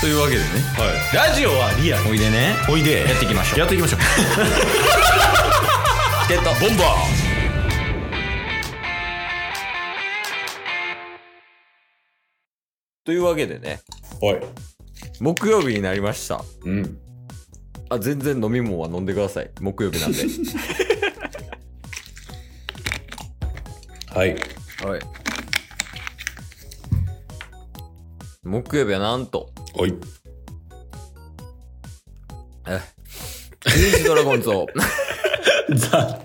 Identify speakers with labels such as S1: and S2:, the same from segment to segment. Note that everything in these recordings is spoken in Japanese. S1: というわけでね
S2: ラジオはリアル
S1: おいでね
S2: おいで
S1: やっていきましょう
S2: やってい きましょう
S1: チケットボンバーというわけでね
S2: はい
S1: 木曜日になりました
S2: うん
S1: あ全然飲み物は飲んでください木曜日なんで
S2: はい
S1: はい木曜日はなんと
S2: おい
S1: え中日ドラゴンズを
S2: 雑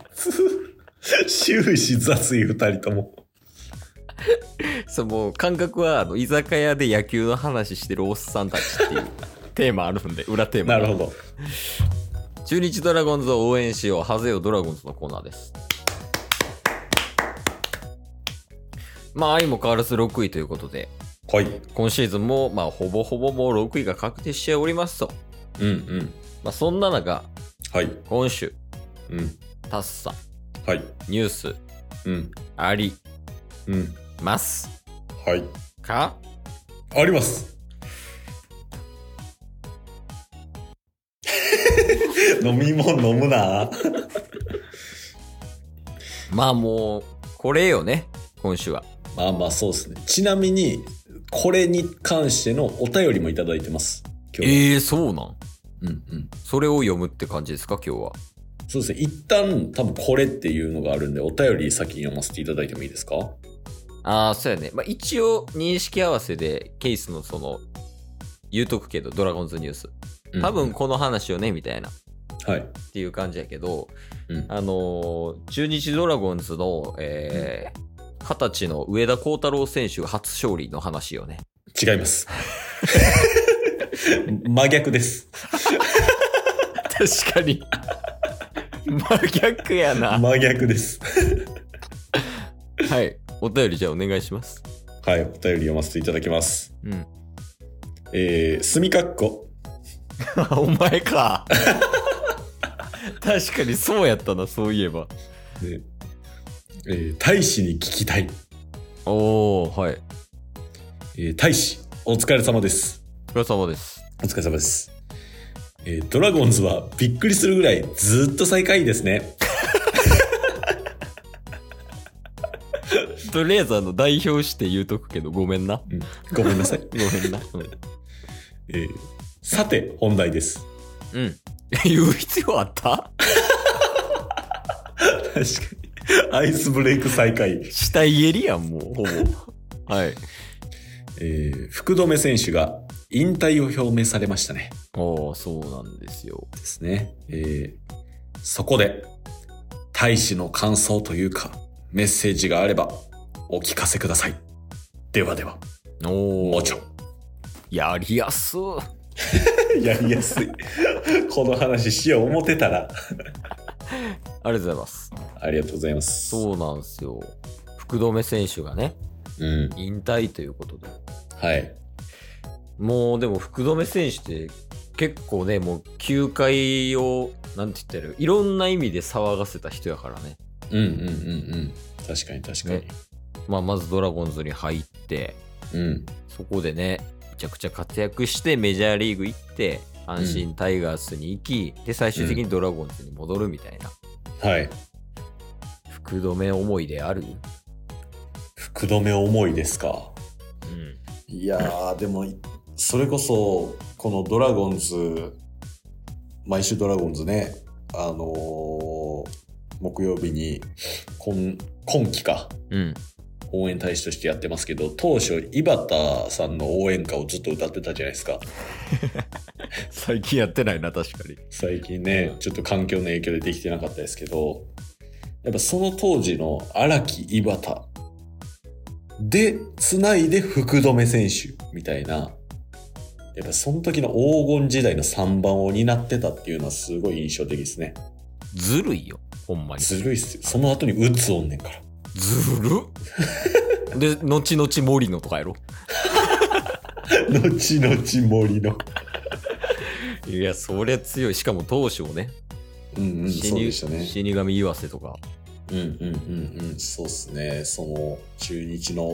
S2: 終始雑い二人とも
S1: そうもう感覚はあの居酒屋で野球の話してるおっさんたちっていうテーマあるんで裏テーマ
S2: な
S1: が
S2: るほど
S1: 中日ドラゴンズを応援しよう、ハゼよドラゴンズのコーナーです。まあ、相も変わらず6位ということで、
S2: はい
S1: 今シーズンも、まあ、ほぼほぼもう6位が確定しておりますと。
S2: うんうん
S1: まあ、そんな中、
S2: はい
S1: 今週、
S2: うん
S1: タッサ、
S2: はい
S1: ニュース、
S2: うん
S1: あり
S2: うん
S1: ます
S2: はい
S1: か
S2: あります 飲み物飲むな
S1: まあ、もう、これよね、今週は。
S2: まあまあそうですねちなみにこれに関してのお便りもいただいてます今日は、
S1: ええー、そうなん
S2: うんうん
S1: それを読むって感じですか、今日は。
S2: そうですね一旦多分これっていうのがあるんでお便り先に読ませていただいてもいいですか
S1: ああ、そうやね。まあ、一応、認識合わせで、ケースのその、言うとくけど、ドラゴンズニュース。多分この話よね、みたいな、っ
S2: うんはい
S1: ていう感じやけど、
S2: うん
S1: あのー中日ドラゴンズの、えー、二十歳の上田幸太郎選手初勝利の話よね。
S2: 違います 真逆です
S1: 確かに。真逆やな。
S2: 真逆です
S1: はい。お便りじゃあお願いします。
S2: はいお便り読ませていただきます
S1: うん。
S2: えー、すみかっこ
S1: お前か。確かにそうやったな、そういえば。
S2: ねえー大使に聞きたい、
S1: おー、はい。
S2: えー大使お疲れ様です
S1: お疲れ様です。
S2: お疲れ様です。えードラゴンズはびっくりするぐらいずっと最下位ですね。
S1: とりあえずあの代表して言うとくけど、ごめんな。
S2: ごめん なさい。
S1: ごめんな。
S2: えーさて、本題です。
S1: うん。うん、言う必要あった
S2: 確かに。アイスブレイク最下位。
S1: 死体エリやん、もう、ほぼ。はい。
S2: えー福留選手が引退を表明されましたね。
S1: ああ、そうなんですよ。
S2: ですね。えーそこで、大使の感想というか、メッセージがあれば、お聞かせください。ではでは、
S1: お
S2: も
S1: お
S2: ち。ろん。
S1: やりやす。
S2: やりやすい。 この話しよう思ってたら。
S1: ありがとうございます。
S2: ありがとうございます。
S1: そうなんですよ。福留選手がね、
S2: うん。
S1: 引退ということで。
S2: はい。
S1: もう、でも福留選手って結構ね、もう球界を、なんて言ったらいい、いろんな意味で騒がせた人やからね。
S2: うんうんうんうん。確かに確かに。
S1: ねまあ、まずドラゴンズに入って、
S2: うん。
S1: そこでね、めちゃくちゃ活躍してメジャーリーグ行って、阪神タイガースに行き、で、最終的にドラゴンズに戻るみたいな、
S2: はい。
S1: 福留思いである。
S2: 福留思いですか。
S1: うん。
S2: いやー、でも、それこそ、このドラゴンズ、毎週ドラゴンズね、あのー木曜日に、今、今期か、
S1: うん。
S2: 応援大使としてやってますけど、当初、井端さんの応援歌をずっと歌ってたじゃないですか。
S1: 最近やってないな、確かに。
S2: 最近ね、ちょっと環境の影響でできてなかったですけど、やっぱその当時の荒木井端で、つないで福留選手みたいな、やっぱその時の黄金時代の3番を担ってたっていうのはすごい印象的ですね。
S1: ずるいよ、ほんまに。ず
S2: ずるいっすよ。その後に打つおんねんから。
S1: る で、後々森野とかやろ
S2: 後々森の。
S1: いや、そりゃ強い。しかも当初ね、
S2: うんうん、そうでしたね。
S1: 死神岩瀬とか。
S2: うんうんうんうん、そうっすね。その中日の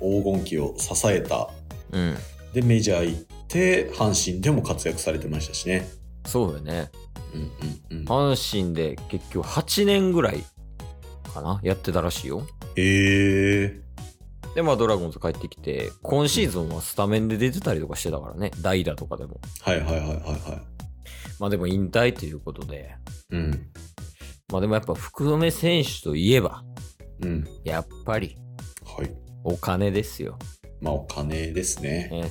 S2: 黄金期を支えた
S1: うん。
S2: でメジャー行っって、阪神でも活躍されてましたしね。
S1: そうよね。
S2: うんうんうん。
S1: 阪神で結局8年ぐらいかな、やってたらしいよ。
S2: ええ
S1: で、まあドラゴンズ帰ってきて、今シーズンはスタメンで出てたりとかしてたからね、代打とかでも。
S2: はいはいはいはいは
S1: まあでも引退ということで、
S2: い。うん。
S1: まあでもやっぱ福留選手といえば、
S2: うん。
S1: やっぱり
S2: はい。
S1: お金ですよ。
S2: まあお金ですね。
S1: ね、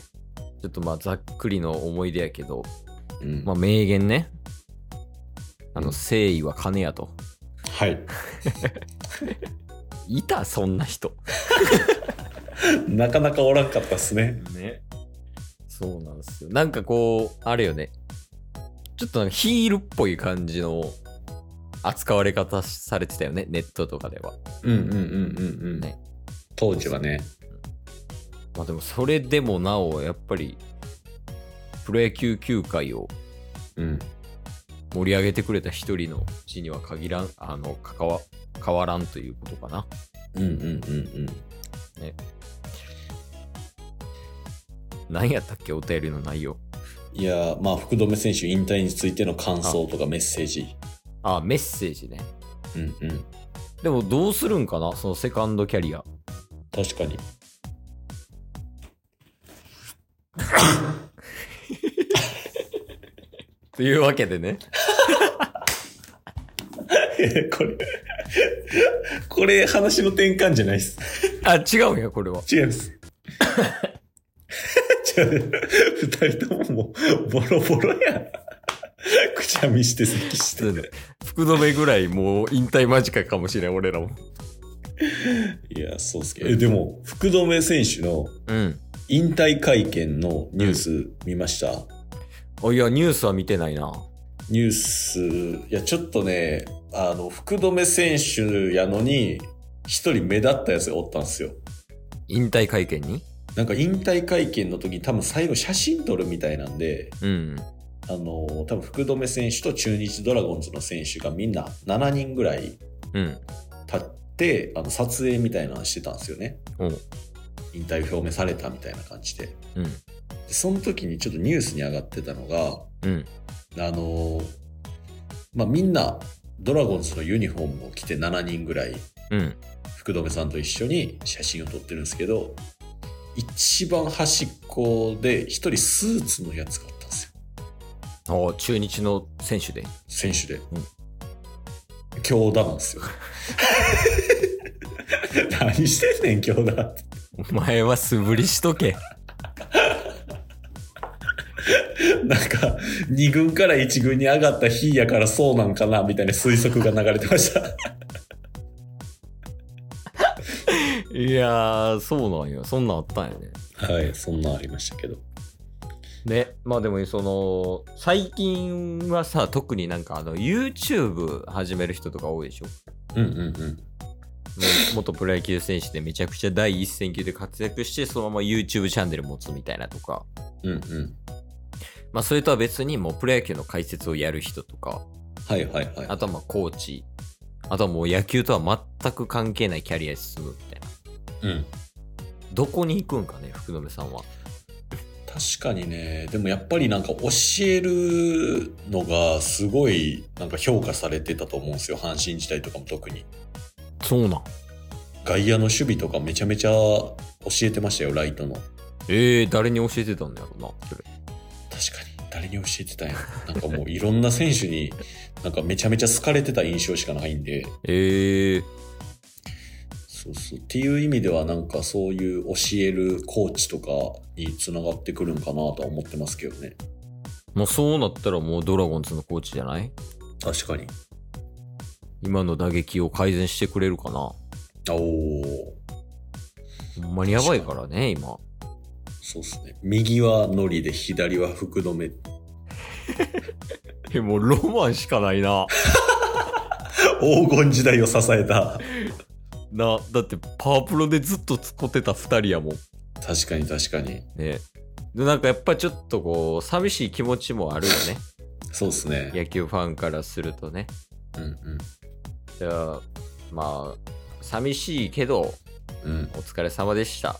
S1: ちょっとまあざっくりの思い出やけど、
S2: うん。
S1: まあ名言ね。あの、
S2: うん
S1: 誠意は金やと。
S2: はい。
S1: いたそんな人。
S2: なかなかおらんかったっすね。
S1: ね。そうなんですよ。なんかこう、あれよね。ちょっとなんかヒールっぽい感じの扱われ方されてたよね、ネットとかでは。
S2: うんうんうんうんうん
S1: ね
S2: 当時はね。
S1: まあでもそれでもなお、やっぱり、プロ野球球界を
S2: うん。
S1: 盛り上げてくれた一人のうちには限らん、あの、関わ、変わらんということかな。
S2: うんうんうん
S1: 何やったっけ、お便りの内容。
S2: うん。いやー、まあ福留選手引退についての感想とかメッセージ。
S1: あメッセージね。
S2: うんうん。
S1: でもどうするんかな、そのセカンドキャリア。
S2: 確かに。
S1: というわけでね。
S2: これ、 これ話の転換じゃないっす。
S1: あ、違うんや、これは。
S2: 違い ます。違う。二人とももうボロボロや。くしゃみして咳し
S1: そうだ
S2: て。
S1: 福留ぐらいもう引退間近かもしれん、俺らも。
S2: いや、そうっすけど。え、でも、福留選手の
S1: うん。
S2: 引退会見のニュース見ました、
S1: あ、いや、ニュースは見てないな。
S2: ニュース、いや、ちょっとね、あの、福留選手やのに、一人目立ったやつがおったんですよ。
S1: 引退会見に
S2: なんか引退会見の時に多分最後写真撮るみたいなんで、
S1: うん。
S2: あの多分福留選手と中日ドラゴンズの選手がみんな7人ぐらい
S1: うん。
S2: 立ってあの撮影みたいなのしてたんですよね
S1: おう
S2: 引退表明されたみたいな感じで
S1: うん。
S2: でその時にちょっとニュースに上がってたのが
S1: うん。
S2: あの、まあ、みんなドラゴンズのユニフォームを着て7人ぐらい
S1: うん。
S2: 福留さんと一緒に写真を撮ってるんですけど一番端っこで一人スーツのやつがあったんですよ
S1: あ中日の選手で。
S2: 選手で、
S1: うん
S2: 強打なんです よ何してんねん強打って
S1: お前は素振りしとけ。
S2: なんか2軍から1軍に上がった日やからそうなんかなみたいな推測が流れてました
S1: いやー、そうなんや。そんなんあったんやね。
S2: はいそんなんありましたけど
S1: ね、まあでもその、最近はさ、特になんかあの、YouTube 始める人とか多いでしょ。
S2: うんうんうん
S1: も う元プロ野球選手でめちゃくちゃ第一線級で活躍して、そのまま YouTube チャンネル持つみたいなとか、
S2: うんうん
S1: まあそれとは別にもうプロ野球の解説をやる人とか、
S2: はいはいはい
S1: あとはまあコーチ、あとはもう野球とは全く関係ないキャリアに進むみたいな。
S2: うん
S1: どこに行くんかね、福留さんは。
S2: 確かにねでもやっぱりなんか教えるのがすごいなんか評価されてたと思うんですよ阪神時代とかも特に
S1: そうなん。
S2: 外野の守備とかめちゃめちゃ教えてましたよライトの
S1: ええー、誰に教えてたんだろうな、それ。
S2: 確かに誰に教えてたんやろなんかもういろんな選手になんかめちゃめちゃ好かれてた印象しかないんで
S1: ええー、
S2: そうそうっていう意味ではなんかそういう教えるコーチとかにつながってくるんかなとは思ってますけどね
S1: まあそうなったらもうドラゴンズのコーチじゃない
S2: 確かに
S1: 今の打撃を改善してくれるかな。
S2: おお
S1: ほんまにやばいからね、今。
S2: そうっすね右はノリで左は福留
S1: え、もうロマンしかないな。
S2: 黄金時代を支えた
S1: な、だってパワープロでずっと使ってた二人やもん。
S2: 確かに確かに
S1: ね。で、なんかやっぱちょっとこう、寂しい気持ちもあるよ ね。
S2: そうっすね
S1: 野球ファンからするとね。
S2: うんうん
S1: じゃあ、まあ、寂しいけど、
S2: うん
S1: お疲れ様でした。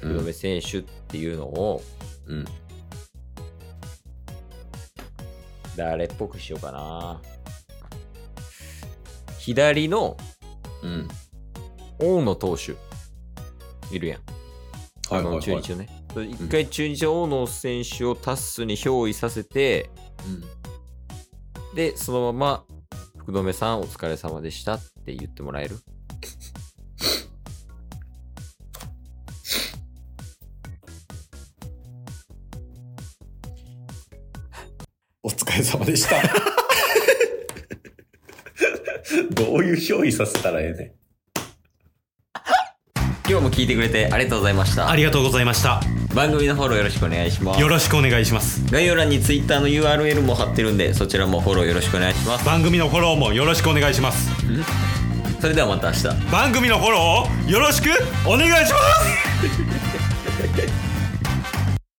S2: う
S1: 福
S2: ん
S1: 留選手っていうのを、
S2: うん
S1: 誰っぽくしようかな。左の
S2: うん。
S1: 大野投手、いるやん。
S2: は
S1: あ
S2: いはい
S1: の
S2: はい。
S1: 中日のね。一回中日の大野選手をタッスに憑依させて、
S2: うん
S1: で、そのまま、福留さんお疲れ様でしたって言ってもらえる
S2: お疲れ様でした。 どういう憑依させたらええねん。
S1: 今日も聞いてくれてありがとうございました
S3: あ。りがとうございました。
S1: 番組のフォローよろしくお願いします
S3: よ。ろしくお願いします。
S1: 概要欄に Twitter の URL も貼ってるんで、そちらもフォローよろしくお願いします。
S3: 番組のフォローもよろしくお願いします。
S1: それではまた明日。
S3: 番組のフォローをよろしくお願いします